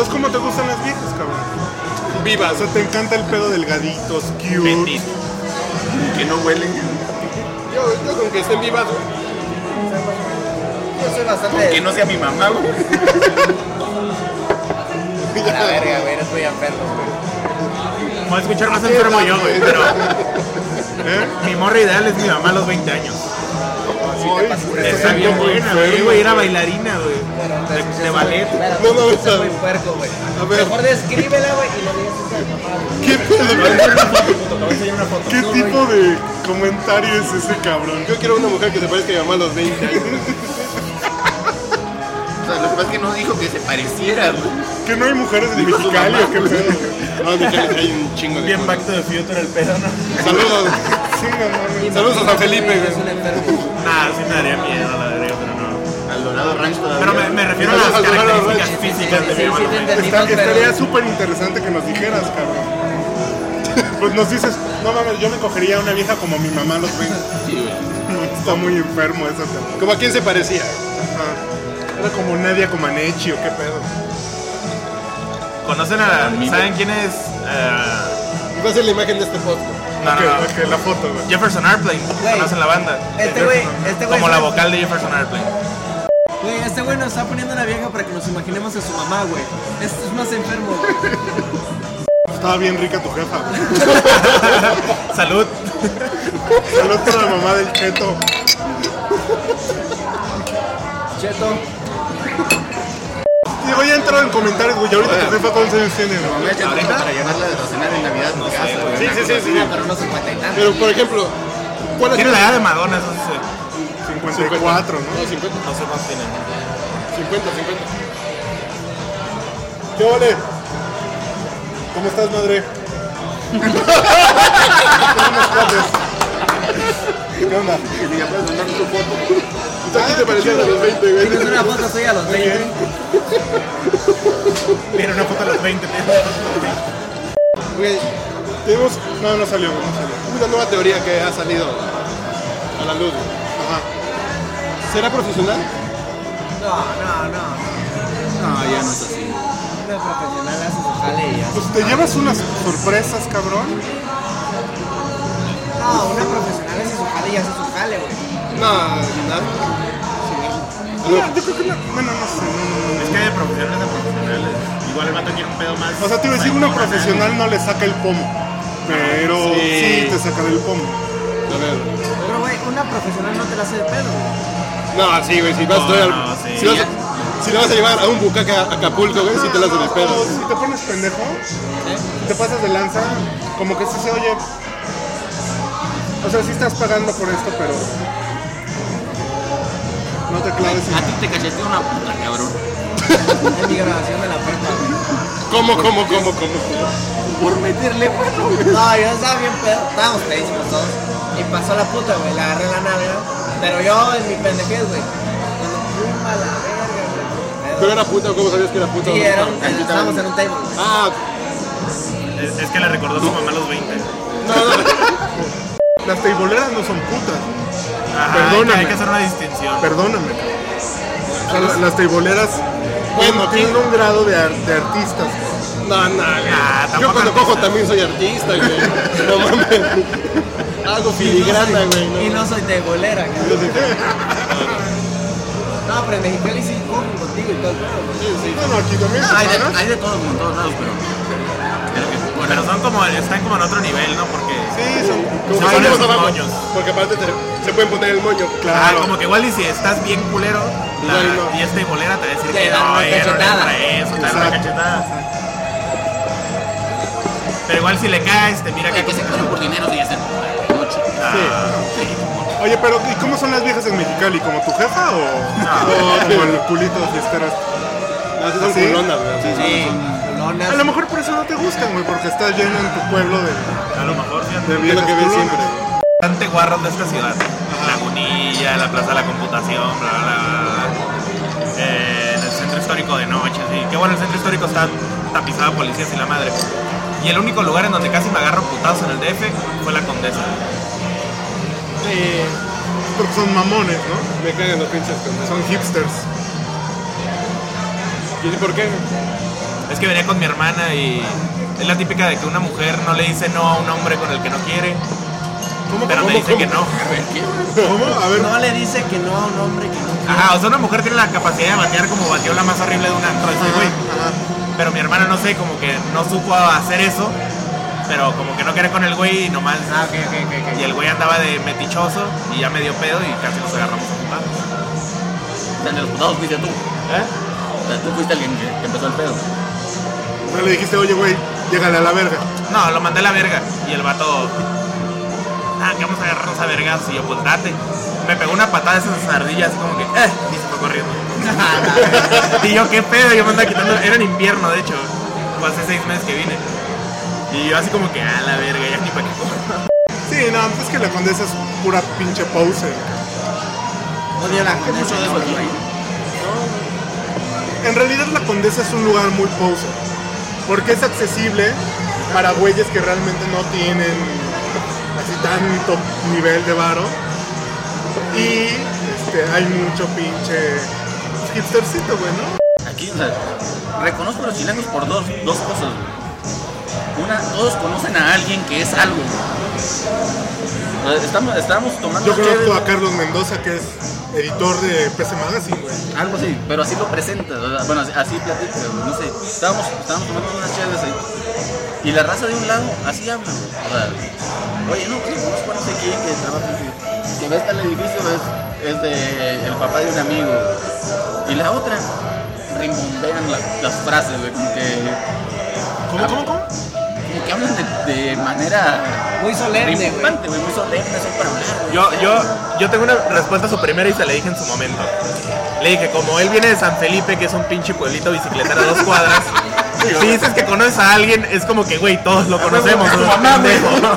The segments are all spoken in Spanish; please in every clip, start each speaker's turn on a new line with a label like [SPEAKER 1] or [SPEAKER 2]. [SPEAKER 1] Es como te gustan las viejas, cabrón. Viva, o sea, te encanta el pedo delgaditos, cute.
[SPEAKER 2] Bendito.
[SPEAKER 1] Que no huelen.
[SPEAKER 3] Yo, yo con que estén vivas, güey. Yo soy bastante.
[SPEAKER 2] Que no sea mi mamá, güey.
[SPEAKER 3] A la verga, güey, no soy enfermo, güey.
[SPEAKER 4] Me voy a escuchar más enfermo yo, güey, pero
[SPEAKER 1] ¿Eh?
[SPEAKER 4] mi morra ideal es mi mamá a los 20 años.
[SPEAKER 1] Ay,
[SPEAKER 4] Está
[SPEAKER 1] exacto,
[SPEAKER 4] bien
[SPEAKER 1] muy
[SPEAKER 4] buena,
[SPEAKER 1] enfermo.
[SPEAKER 4] güey, güey, era bailarina, güey. De, de ballet.
[SPEAKER 3] Pero
[SPEAKER 1] No, no,
[SPEAKER 3] tú estás
[SPEAKER 1] no.
[SPEAKER 3] muy puerco, güey.
[SPEAKER 1] A ver.
[SPEAKER 3] Mejor descríbela, güey, y no digas eso de papá, güey.
[SPEAKER 1] ¿Qué pedo?
[SPEAKER 2] Te voy a enseñar una foto.
[SPEAKER 1] ¿Qué tipo de comentario es ese cabrón?
[SPEAKER 3] Yo quiero una mujer que se parezca a mi mamá a los 20 años.
[SPEAKER 2] O sea, lo que pasa es que no dijo que se pareciera, güey.
[SPEAKER 1] ¿Que no hay mujeres en Mexicali o qué pedo?
[SPEAKER 3] No, en Mexicali hay un chingo de
[SPEAKER 4] Bien Back to the Future el pedo, ¿no?
[SPEAKER 3] Saludos.
[SPEAKER 1] Sí, no mames.
[SPEAKER 3] Saludos a San Felipe,
[SPEAKER 5] Es un
[SPEAKER 3] güey.
[SPEAKER 5] enfermo.
[SPEAKER 4] Nah, sí me daría miedo, la verdad, pero no.
[SPEAKER 2] Al Dorado Ranch todavía.
[SPEAKER 4] Pero me, me refiero a las características físicas de mi
[SPEAKER 5] Sí, sí, te
[SPEAKER 4] mamá.
[SPEAKER 1] Está-
[SPEAKER 5] entendimos,
[SPEAKER 1] estaría
[SPEAKER 5] pero.
[SPEAKER 1] súper interesante que nos dijeras, cabrón. Pues nos dices, no mames, yo me cogería a una vieja como mi mamá los ve. Está muy enfermo eso, cabrón.
[SPEAKER 3] ¿Cómo a quién se parecía?
[SPEAKER 1] Ajá. Era como Nadia Comaneci o qué pedo.
[SPEAKER 4] ¿Conocen a... ¿Saben quién es? Eh,
[SPEAKER 3] Va a ser la imagen de este podcast.
[SPEAKER 4] no, no,
[SPEAKER 1] Que-
[SPEAKER 4] no.
[SPEAKER 1] que la foto, güey.
[SPEAKER 4] Jefferson Airplane.
[SPEAKER 5] Güey,
[SPEAKER 4] ¿Conocen la banda?
[SPEAKER 5] Este güey, este güey.
[SPEAKER 4] Como la
[SPEAKER 5] sabe-
[SPEAKER 4] vocal de Jefferson Airplane.
[SPEAKER 5] Güey, este güey nos está poniendo una vieja para que nos imaginemos a su mamá, güey. Esto es más enfermo, güey.
[SPEAKER 1] Estaba bien rica tu jefa. güey.
[SPEAKER 4] Salud.
[SPEAKER 1] Salud por la mamá del cheto.
[SPEAKER 5] Cheto.
[SPEAKER 1] Digo, ya entraron en comentarios, güey. Ahorita tu jefa cuántos años tiene, güey?
[SPEAKER 2] Voy a echar tiempo para llevarla de cenar en Navidad no sé, güey.
[SPEAKER 3] Sí, sí, sí, sí.
[SPEAKER 5] Pero no se cuenta y nada.
[SPEAKER 3] Pero, por ejemplo, ¿cuál es
[SPEAKER 4] Tiene la edad de Madonna, eso sí sé.
[SPEAKER 1] 54, ¿no?
[SPEAKER 3] No, 50,
[SPEAKER 4] No sé cuánto tienen.
[SPEAKER 3] 50, 50.
[SPEAKER 1] ¿Qué ole? ¿Cómo estás, madre? Buenas tardes. ¿Qué onda?
[SPEAKER 2] Y ya puedes mandar tu foto.
[SPEAKER 3] ¿Tú a quién te parecías a los 20, güey?
[SPEAKER 5] Tienes una foto tuya a los 20.
[SPEAKER 4] Tiene una foto a los 20. tío.
[SPEAKER 3] Güey,
[SPEAKER 1] Tenemos... No, no salió, güey, no salió.
[SPEAKER 3] una nueva teoría que ha salido a la luz. güey.
[SPEAKER 1] Ajá.
[SPEAKER 3] ¿Será profesional?
[SPEAKER 5] No, no, no.
[SPEAKER 2] No, ya no es así.
[SPEAKER 5] Una profesional hace su jale y hace.
[SPEAKER 1] Pues te llevas unas sorpresas, cabrón.
[SPEAKER 5] No, una profesional hace su jale y hace su jale, güey.
[SPEAKER 3] No, nada.
[SPEAKER 1] No, yo creo que no. Bueno, no sé. no, no,
[SPEAKER 4] Es que de profesionales a profesionales. Igual el vato tiene un pedo más.
[SPEAKER 1] no. O sea, te iba a decir, una profesional no le saca el pomo. Pero sí,
[SPEAKER 3] Sí.
[SPEAKER 1] te saca del pomo.
[SPEAKER 3] A ver.
[SPEAKER 5] Pero, güey, una profesional no te la hace de pedo, güey.
[SPEAKER 3] No, sí, güey, si vas, todavía-
[SPEAKER 4] no, sí.
[SPEAKER 3] si, vas a- si la vas a llevar a un bucaque a Acapulco, güey, si Pues te la hacen de pedo.
[SPEAKER 1] O Si te pones pendejo, te pasas de lanza, como que sí se oye. O sea, sí estás pagando por esto, pero. No te claves en
[SPEAKER 2] A
[SPEAKER 1] nada.
[SPEAKER 2] ti te cachaste una puta, cabrón.
[SPEAKER 5] En mi grabación de la prepa, güey.
[SPEAKER 3] ¿Cómo, cómo, cómo, cómo?
[SPEAKER 2] Por meterle mano, güey.
[SPEAKER 5] No, yo estaba bien pedo. Estábamos pedísimos todos. Y pasó la puta, güey. La agarré la nalga. Pero yo en mi pendejez, güey. Cuando pum, a la verga,
[SPEAKER 3] ¿Pero
[SPEAKER 5] güey.
[SPEAKER 3] era puta o cómo sabías que era puta?
[SPEAKER 5] Sí, era un- estábamos en un table, güey.
[SPEAKER 3] Ah,
[SPEAKER 4] Es, es que le recordó a su mamá a los 20.
[SPEAKER 3] no, no.
[SPEAKER 1] Las teiboleras no son putas,
[SPEAKER 4] Ajá,
[SPEAKER 1] Perdóname.
[SPEAKER 4] Hay que hacer una distinción.
[SPEAKER 1] perdóname. cabrón. O sea, la- las teiboleras
[SPEAKER 3] Bueno,
[SPEAKER 1] tienen un grado de, ar- de artistas.
[SPEAKER 3] No, no, güey.
[SPEAKER 4] Ah, tampoco
[SPEAKER 3] Yo cuando
[SPEAKER 4] artista.
[SPEAKER 3] cojo también soy artista, güey. No mames. Hago filigrana, güey.
[SPEAKER 5] Y
[SPEAKER 3] No.
[SPEAKER 5] no soy de bolera, güey.
[SPEAKER 3] Yo sé que-
[SPEAKER 5] No, pero en Mexicali sí cogen contigo y todo el pedo, güey.
[SPEAKER 1] Bueno, aquí también se
[SPEAKER 2] Hay de,
[SPEAKER 1] pagan.
[SPEAKER 2] hay de todo, como en todos lados, pero. Pero que bueno,
[SPEAKER 4] Pero son como, están como en otro nivel, ¿no? Porque.
[SPEAKER 1] Sí, son
[SPEAKER 3] Como
[SPEAKER 4] Se
[SPEAKER 3] que
[SPEAKER 4] ponen
[SPEAKER 3] vamos
[SPEAKER 4] sus
[SPEAKER 3] abajo,
[SPEAKER 4] moños.
[SPEAKER 3] Porque aparte te- se pueden poner el moño.
[SPEAKER 4] Ah, como que igual y si estás bien culero, la
[SPEAKER 3] Güey, no.
[SPEAKER 4] fiesta y bolera te va a decir
[SPEAKER 5] Te
[SPEAKER 4] que
[SPEAKER 5] dan
[SPEAKER 4] no,
[SPEAKER 5] una
[SPEAKER 4] eh, no le
[SPEAKER 5] cachetada.
[SPEAKER 4] para eso, te dan una
[SPEAKER 1] Exacto.
[SPEAKER 4] cachetada. Pero igual si le caes, Ah, te mira acá
[SPEAKER 2] que
[SPEAKER 4] que
[SPEAKER 2] se fueron por dinero y hacen puta de noche.
[SPEAKER 1] Oye, pero ¿y cómo son las viejas en Mexicali? ¿Como tu jefa o, o como el culito este? de fiesteras?
[SPEAKER 3] No, ¿Ah, sí son
[SPEAKER 1] ¿Sí?
[SPEAKER 3] culonas, güey. Sí,
[SPEAKER 5] Sí,
[SPEAKER 1] A
[SPEAKER 5] culonas.
[SPEAKER 1] lo mejor por eso no te gustan, güey, porque estás lleno en tu pueblo de,
[SPEAKER 4] A lo mejor fíjate.
[SPEAKER 1] de
[SPEAKER 3] Es
[SPEAKER 1] viejas
[SPEAKER 3] lo que ves
[SPEAKER 1] culonas.
[SPEAKER 3] siempre.
[SPEAKER 4] bastante guarros de esta ciudad. Lagunilla, la Plaza de la Computación, bla, bla, bla, bla. Eh, en el centro histórico de noche, sí. Que bueno, el centro histórico está tapizado de policías y la madre. Y el único lugar en donde casi me agarro putados en el DF fue la Condesa.
[SPEAKER 1] Porque son mamones, ¿no?
[SPEAKER 3] Me cagan los pinches con
[SPEAKER 1] Son hipsters.
[SPEAKER 3] ¿Y por qué?
[SPEAKER 4] Es que que venía con mi hermana y es la típica de que una mujer no le dice no a un hombre con el que no quiere,
[SPEAKER 1] ¿Cómo,
[SPEAKER 4] pero
[SPEAKER 1] cómo,
[SPEAKER 4] te dice
[SPEAKER 1] cómo?
[SPEAKER 4] que no.
[SPEAKER 1] ¿Cómo? A ver,
[SPEAKER 5] No le dice que no a un hombre que no.
[SPEAKER 4] Ajá, o sea, una mujer tiene la capacidad de batear como batió la más horrible de un antro este güey. Pero mi hermana, no sé, como que no supo hacer eso, pero como que no quería con el güey y nomás.
[SPEAKER 5] Ah, ok, ok, ok. ok.
[SPEAKER 4] Y el güey andaba de metichoso y ya me dio pedo y casi nos agarramos a putazos.
[SPEAKER 2] de los putados fuiste tú.
[SPEAKER 4] ¿Eh?
[SPEAKER 2] O sea, tú fuiste alguien que, que empezó el pedo.
[SPEAKER 1] no le dijiste, oye, güey, llégale a la verga.
[SPEAKER 4] No, lo mandé a la verga. Y el vato. Ah, que vamos a agarrarnos a vergas. Y yo, pues date. Me pegó una patada de esas ardillas, así como que, eh, y se fue corriendo. y yo, qué pedo, yo me andaba quitando. Era en invierno, de hecho. Fue hace seis meses que vine. Y yo, así como que, ah, la verga, ya ni para qué corro".
[SPEAKER 1] Sí, no, pues que la condesa es pura pinche pose.
[SPEAKER 5] Odio la
[SPEAKER 2] Mucho de eso aquí.
[SPEAKER 1] En realidad la condesa es un lugar muy pose. Porque es accesible para güeyes que realmente no tienen así tanto nivel de varo. Y este, hay mucho pinche hipstercito, güey, ¿no?
[SPEAKER 2] Aquí, o sea, reconozco a los chilangos por dos, dos cosas, güey. Una, todos conocen a alguien que es algo. güey. O sea, Estamos, estábamos tomando
[SPEAKER 1] Yo conozco
[SPEAKER 2] chévere,
[SPEAKER 1] a Carlos Mendoza, que es editor de PC Magazine, güey.
[SPEAKER 2] algo así, pero así lo presentas, o sea, bueno, así, así platicas, güey, no sé. Estábamos, estábamos tomando unas chéveres ahí. Y la raza de un lado, así habla, güey. O sea, oye, no, pues conozco a no sé quién que trabaja aquí. Que ves tal edificio, es, es de el papá de un amigo. Y la otra, rimbombean la- las frases, güey, como que...
[SPEAKER 1] ¿Cómo, cómo, cómo?
[SPEAKER 2] Como que hablan de, de manera
[SPEAKER 5] Muy solemne, güey.
[SPEAKER 2] importante, güey, muy solemne, son para hablar. güey.
[SPEAKER 4] Yo, yo, yo tengo una respuesta a su primera y se le dije en su momento. Le dije, como él viene de San Felipe, que es un pinche pueblito bicicletero a dos cuadras. Si dices que conoces a alguien, es como que, güey, todos
[SPEAKER 1] Ah,
[SPEAKER 4] lo conocemos. ¿no?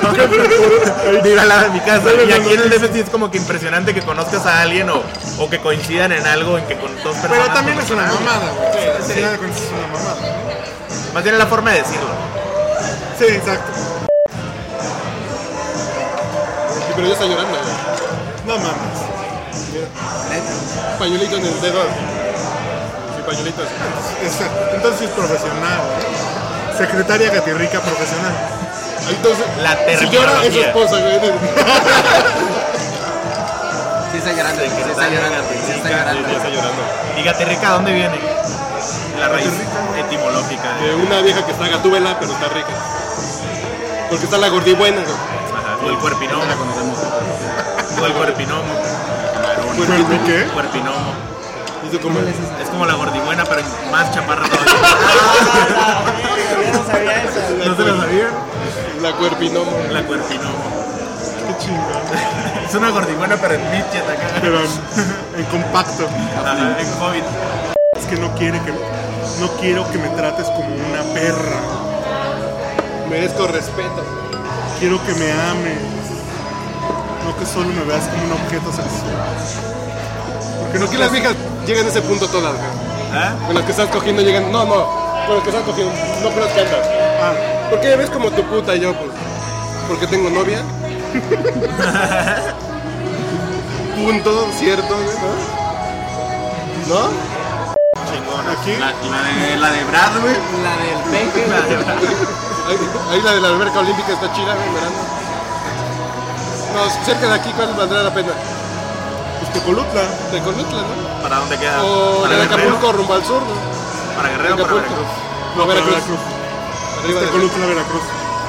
[SPEAKER 4] Pendejo. Viva la de mi casa. Y aquí en el DF sí es como que impresionante que conozcas a alguien o, o que coincidan en algo en que con dos personas.
[SPEAKER 1] Pero también es una mamada, güey. Al
[SPEAKER 4] Sí.
[SPEAKER 1] final de cuentas es una mamada.
[SPEAKER 4] Más bien es la forma de decirlo.
[SPEAKER 1] Sí, exacto. Pero ya está llorando, güey. No mames. Pañuelito en el dedo. Sí, pañuelito. Exacto. Entonces sí es profesional, güey. Secretaria gatirrica profesional. Entonces,
[SPEAKER 4] La
[SPEAKER 1] si llora es su
[SPEAKER 4] terminología.
[SPEAKER 1] esposa, güey.
[SPEAKER 5] Sí está llorando, güey. Sí está llorando, güey. Sí está llorando.
[SPEAKER 1] llorando.
[SPEAKER 4] Y Gaterrica, ¿dónde viene? La raíz etimológica. de-
[SPEAKER 6] De una vieja que está gatúbela, pero está rica. Porque está la gordibuena, güey.
[SPEAKER 4] Ajá, O el cuerpinomo. O el cuerpinomo.
[SPEAKER 1] ¿Cuerpi qué?
[SPEAKER 4] Cuerpinomo.
[SPEAKER 6] Dice como,
[SPEAKER 4] Es como la gordibuena, pero más chaparra todavía.
[SPEAKER 5] Yo no sabía eso, güey.
[SPEAKER 4] ¿No se lo sabía?
[SPEAKER 6] la cuerpinomo.
[SPEAKER 4] La cuerpinomo.
[SPEAKER 1] Qué chingón.
[SPEAKER 4] Es una gordibuena, pero en midget acá.
[SPEAKER 1] Pero en compacto.
[SPEAKER 4] Ajá, En hobbit.
[SPEAKER 1] Es que no quiere que no quiero que me trates como una perra.
[SPEAKER 6] Merezco respeto.
[SPEAKER 1] Quiero que me ames. No que solo me veas como un objeto sexual.
[SPEAKER 6] Porque no que las viejas llegan a ese punto todas, güey.
[SPEAKER 4] ¿Ah?
[SPEAKER 6] Con las que estás cogiendo llegan. No, no. Con las que estás cogiendo. No con las que andas.
[SPEAKER 1] Ah,
[SPEAKER 6] ¿Por qué ves como tu puta y yo, pues? Porque tengo novia. punto, cierto, güey, ¿no? ¿No?
[SPEAKER 1] aquí
[SPEAKER 2] La, la de, la de Brad, güey.
[SPEAKER 5] La del peje, güey.
[SPEAKER 6] Ahí, ahí la de la alberca olímpica está chida, güey, en verano. No, cerca de aquí, ¿cuál valdrá la pena?
[SPEAKER 1] pues Tecolutla.
[SPEAKER 6] De Conutla, ¿no?
[SPEAKER 4] ¿Para dónde queda?
[SPEAKER 6] O
[SPEAKER 4] ¿Para
[SPEAKER 6] Oh, de
[SPEAKER 4] Guerrero?
[SPEAKER 6] Acapulco rumbo al sur, ¿no?
[SPEAKER 4] ¿Para Guerrero o para
[SPEAKER 6] Acapulco.
[SPEAKER 4] Veracruz?
[SPEAKER 6] No, Veracruz.
[SPEAKER 1] Veracruz. Este
[SPEAKER 6] Arriba de
[SPEAKER 1] Tecolutla, Veracruz.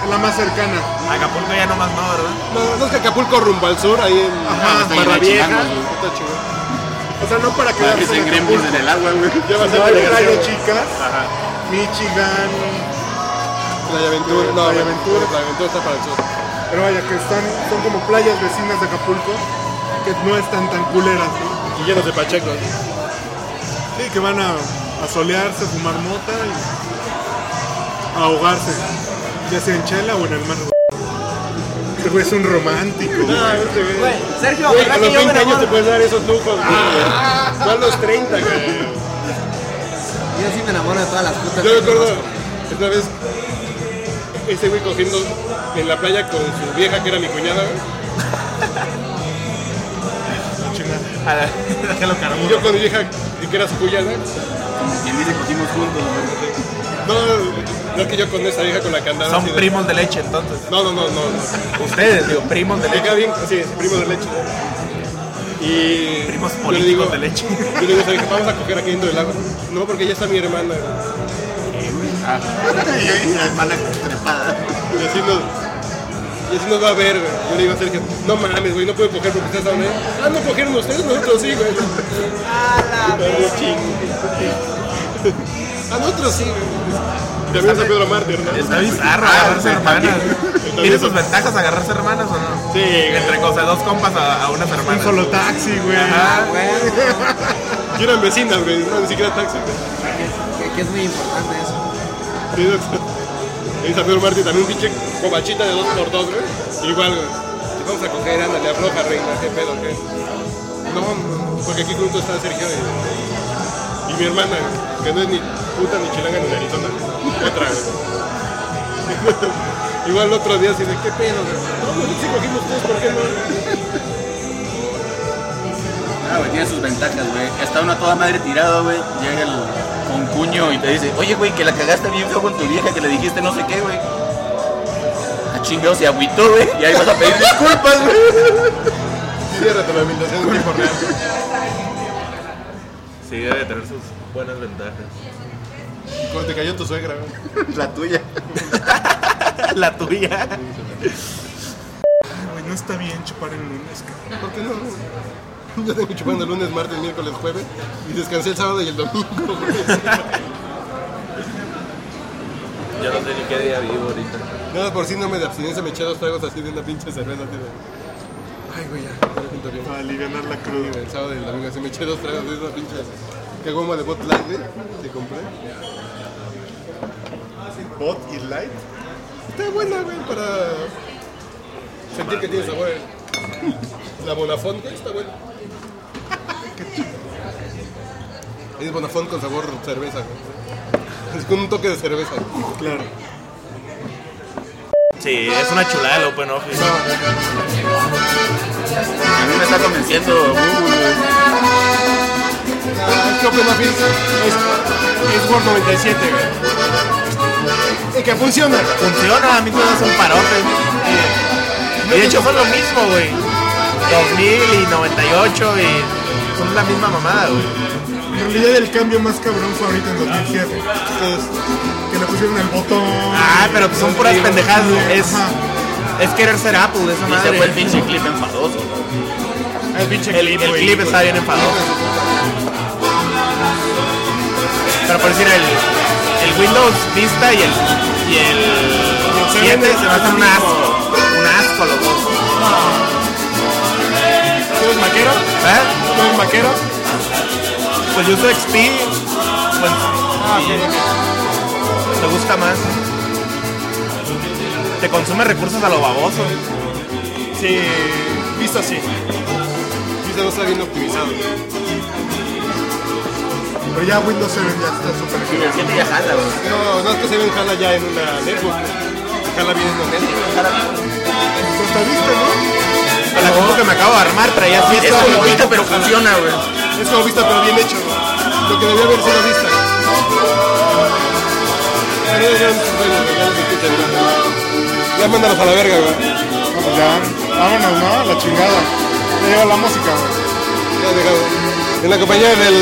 [SPEAKER 1] Es la más cercana.
[SPEAKER 4] Acapulco ya nomás no, ¿verdad?
[SPEAKER 6] No, no es que Acapulco rumbo al sur, ahí en
[SPEAKER 1] Ajá,
[SPEAKER 6] Barra
[SPEAKER 2] está lleno de
[SPEAKER 6] Vieja.
[SPEAKER 2] chilangos, güey.
[SPEAKER 6] Está chido.
[SPEAKER 1] O sea, no para
[SPEAKER 2] La
[SPEAKER 1] quedarse
[SPEAKER 2] que se
[SPEAKER 1] en
[SPEAKER 2] engrembles
[SPEAKER 1] Acapulco.
[SPEAKER 2] en el agua, güey.
[SPEAKER 6] Ya va a ser
[SPEAKER 1] No, hay
[SPEAKER 6] delegación,
[SPEAKER 1] Playa
[SPEAKER 6] güey.
[SPEAKER 1] Chicas,
[SPEAKER 4] Ajá.
[SPEAKER 1] Michigan,
[SPEAKER 6] Playa Aventura. No,
[SPEAKER 1] Playa
[SPEAKER 6] Playa
[SPEAKER 1] Aventura.
[SPEAKER 6] Aventura. Playa Aventura está para el sur.
[SPEAKER 1] pero vaya que están, son como playas vecinas de Acapulco que no están tan culeras, ¿no?
[SPEAKER 6] Y llenos de pachecos.
[SPEAKER 1] Sí, que van a, a solearse, fumar mota y a ahogarse, ya sea en chela o en el mar. Este güey es un romántico.
[SPEAKER 6] Ah, este
[SPEAKER 5] Güey,
[SPEAKER 6] güey.
[SPEAKER 5] Sergio,
[SPEAKER 6] Güey,
[SPEAKER 5] ¿verdad
[SPEAKER 6] a
[SPEAKER 5] Ah, que
[SPEAKER 6] los
[SPEAKER 5] yo me
[SPEAKER 6] 20 años te
[SPEAKER 5] enamoro? Ah.
[SPEAKER 6] puedes dar esos lujos, güey. No a los 30, güey.
[SPEAKER 5] Yo sí me enamoro de todas las putas.
[SPEAKER 6] Yo
[SPEAKER 5] que
[SPEAKER 6] recuerdo
[SPEAKER 5] conozco.
[SPEAKER 6] una vez ese güey cogiendo en la playa con su vieja que era mi cuñada, güey.
[SPEAKER 4] A la- Déjalo
[SPEAKER 6] Y yo
[SPEAKER 4] carburo.
[SPEAKER 6] con mi vieja que era su cuñada.
[SPEAKER 2] Como quien dice, cogimos juntos, güey.
[SPEAKER 6] No, no es que yo con esa vieja con la que andaba.
[SPEAKER 4] Son
[SPEAKER 6] así de-
[SPEAKER 4] primos de leche, entonces.
[SPEAKER 6] No, no, no, no. no.
[SPEAKER 4] Ustedes, digo, primos de
[SPEAKER 6] Le
[SPEAKER 4] leche.
[SPEAKER 6] queda bien, sí, primo de leche. Y.
[SPEAKER 4] Primos
[SPEAKER 6] yo le
[SPEAKER 4] políticos
[SPEAKER 6] digo-
[SPEAKER 4] de leche.
[SPEAKER 6] Yo le digo, "Sabes qué? vamos a coger aquí dentro del agua. No, porque ya está mi hermana. güey.
[SPEAKER 2] Y la hermana trepada.
[SPEAKER 6] Y así nos. Y así nos va a ver, güey. Yo le digo a Sergio, no mames, güey, no puedo coger porque ustedes saben, ¿eh? Ah, no cogieron ustedes, nosotros sí, güey.
[SPEAKER 5] A la
[SPEAKER 6] Pero chingue. A nosotros sí,
[SPEAKER 5] Pues,
[SPEAKER 6] güey. También a Pedro Mártir, ¿no?
[SPEAKER 4] Está bizarro
[SPEAKER 6] Ah,
[SPEAKER 4] agarrarse hermanas. ¿Tiene sus ventajas agarrarse hermanas o no?
[SPEAKER 6] Sí, güey.
[SPEAKER 4] Entre cosas, dos compas a, a unas
[SPEAKER 1] Un
[SPEAKER 4] hermanas. Ah.
[SPEAKER 1] solo taxi, güey.
[SPEAKER 4] Ajá.
[SPEAKER 6] Y eran vecinas, güey, no, ni siquiera taxi, güey.
[SPEAKER 5] Que, que es muy importante eso.
[SPEAKER 6] Sí, doctor. Y San Pedro Mártir también un pinche cobachita de dos por dos, güey. Igual, güey. Te Vamos a coger, ándale, afloja, reina, qué pedo, qué. No, porque aquí junto está Sergio y, y mi hermana, güey, que no es ni puta ni chilanga ni narizona. Otra, güey. Igual el otro día así de qué pedo, güey. No, no, si cogimos todos, ¿por qué no?
[SPEAKER 2] Ah, güey, tiene sus ventajas, güey. Está una toda madre tirada, güey. Llega el con puño y te dice, oye, güey, que la cagaste bien feo con tu vieja, que le dijiste no sé qué, güey. A chingados se agüitó, güey. Y ahí vas a pedir disculpas, güey.
[SPEAKER 6] Cierra tu lamentación, güey, por real.
[SPEAKER 4] Sí, debe tener sus buenas ventajas.
[SPEAKER 6] Cuando te cayó tu suegra, güey.
[SPEAKER 2] La tuya.
[SPEAKER 4] La tuya.
[SPEAKER 1] Güey, no está bien chupar el lunes, cabrón.
[SPEAKER 6] ¿Por qué no? güey? Yo tengo chupando el lunes, martes, miércoles, jueves y descansé el sábado y el domingo, güey.
[SPEAKER 4] Yo no sé ni qué día vivo ahorita.
[SPEAKER 6] Nada, por si no me de abstinencia me eché dos tragos así de una pinche cerveza, así de... Ay, güey, ya, ya me siento bien.
[SPEAKER 1] Para aliviar la
[SPEAKER 6] Sí,
[SPEAKER 1] cruda.
[SPEAKER 6] güey, El sábado y el domingo así me eché dos tragos de una pinche... ¿Qué goma de bot light, güey? Te compré.
[SPEAKER 1] Bot y light.
[SPEAKER 6] Está buena, güey, para... Sentir que tiene sabor. güey. La Bonafont, güey, está buena. Es Bonafont con sabor cerveza, güey. Es con un toque de cerveza. güey.
[SPEAKER 1] Claro.
[SPEAKER 4] Sí, es una chulada el Open Office.
[SPEAKER 2] A mí me está convenciendo Google, güey.
[SPEAKER 4] Ah,
[SPEAKER 6] ¿Qué opinas, Fizz?
[SPEAKER 1] Es por 97, güey.
[SPEAKER 6] Y que funciona.
[SPEAKER 4] Funciona, a mí me das un parote. Eh, Y de hecho son lo mismo, güey. 2000 y 98 y son la misma mamada, güey.
[SPEAKER 1] En realidad el cambio más cabrón fue ahorita en 2007. Es que le pusieron el botón.
[SPEAKER 4] Ah, pero pues son puras pendejadas, güey. Es,
[SPEAKER 1] Ajá.
[SPEAKER 4] es querer ser Apple de esa
[SPEAKER 2] Y se
[SPEAKER 4] madre.
[SPEAKER 2] fue el pinche clip enfadoso. güey.
[SPEAKER 1] El pinche
[SPEAKER 4] El, el
[SPEAKER 1] güey.
[SPEAKER 4] clip está bien enfadado. Pero por decir, el, el Windows Vista y el, y el 7 se me hacen un asco. Un asco los dos.
[SPEAKER 1] ¿Tú Ah. eres maquero?
[SPEAKER 4] ¿Eh?
[SPEAKER 1] ¿Tú eres maquero?
[SPEAKER 4] Pues yo uso XP. Pues,
[SPEAKER 1] Ah,
[SPEAKER 4] y- te gusta más. Te consume recursos a lo baboso.
[SPEAKER 1] Sí. Visto así.
[SPEAKER 6] Vista no está bien optimizado.
[SPEAKER 1] Pero ya Windows 7 ya está súper
[SPEAKER 2] Y el 7 ya jala, güey.
[SPEAKER 6] No, no es que se ven jala ya en una netbook. Jala bien en una netbook.
[SPEAKER 1] Costa Vista, ¿no?
[SPEAKER 4] A la compu que me acabo de armar traía así.
[SPEAKER 2] Es como ahorita, pero funciona, güey.
[SPEAKER 6] Es como vista, pero bien hecho. güey. Lo que debió haber sido vista. Pero ya, ya, bueno, ya no se escucha nada. Ya mándalos a la verga,
[SPEAKER 1] No,
[SPEAKER 6] güey.
[SPEAKER 1] pues ya. Vámonos, ¿no? A La chingada. Ya llegó la música, güey.
[SPEAKER 6] Ya dejado. En la compañía del.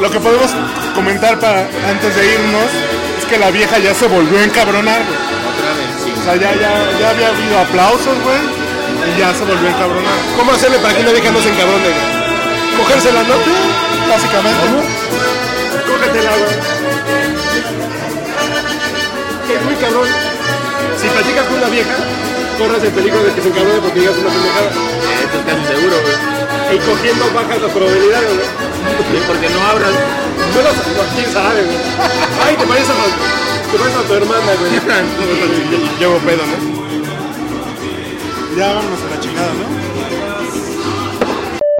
[SPEAKER 1] Lo que podemos comentar para antes de irnos es que la vieja ya se volvió a encabronar, güey.
[SPEAKER 2] Otra vez, sí.
[SPEAKER 1] O sea, ya, ya, ya había habido aplausos, güey. Y ya se volvió a encabronar.
[SPEAKER 6] ¿Cómo hacerle para que una vieja no se encabrone, güey? Cogérsela, ¿no?
[SPEAKER 1] Básicamente. Cógetela, güey.
[SPEAKER 6] Es muy cabrón. Si platicas con una vieja, corres el peligro de que se encabrone porque digas una pendejada.
[SPEAKER 2] Eh, Esto es casi seguro, güey.
[SPEAKER 6] Y cogiendo bajas las probabilidades, güey.
[SPEAKER 2] Sí, Porque no abras.
[SPEAKER 6] No lo no, quién sabe, güey. Ay, te parece a, te parece a tu hermana, güey.
[SPEAKER 1] Llevo pedo, ¿no? Ya vámonos a la chingada, ¿no?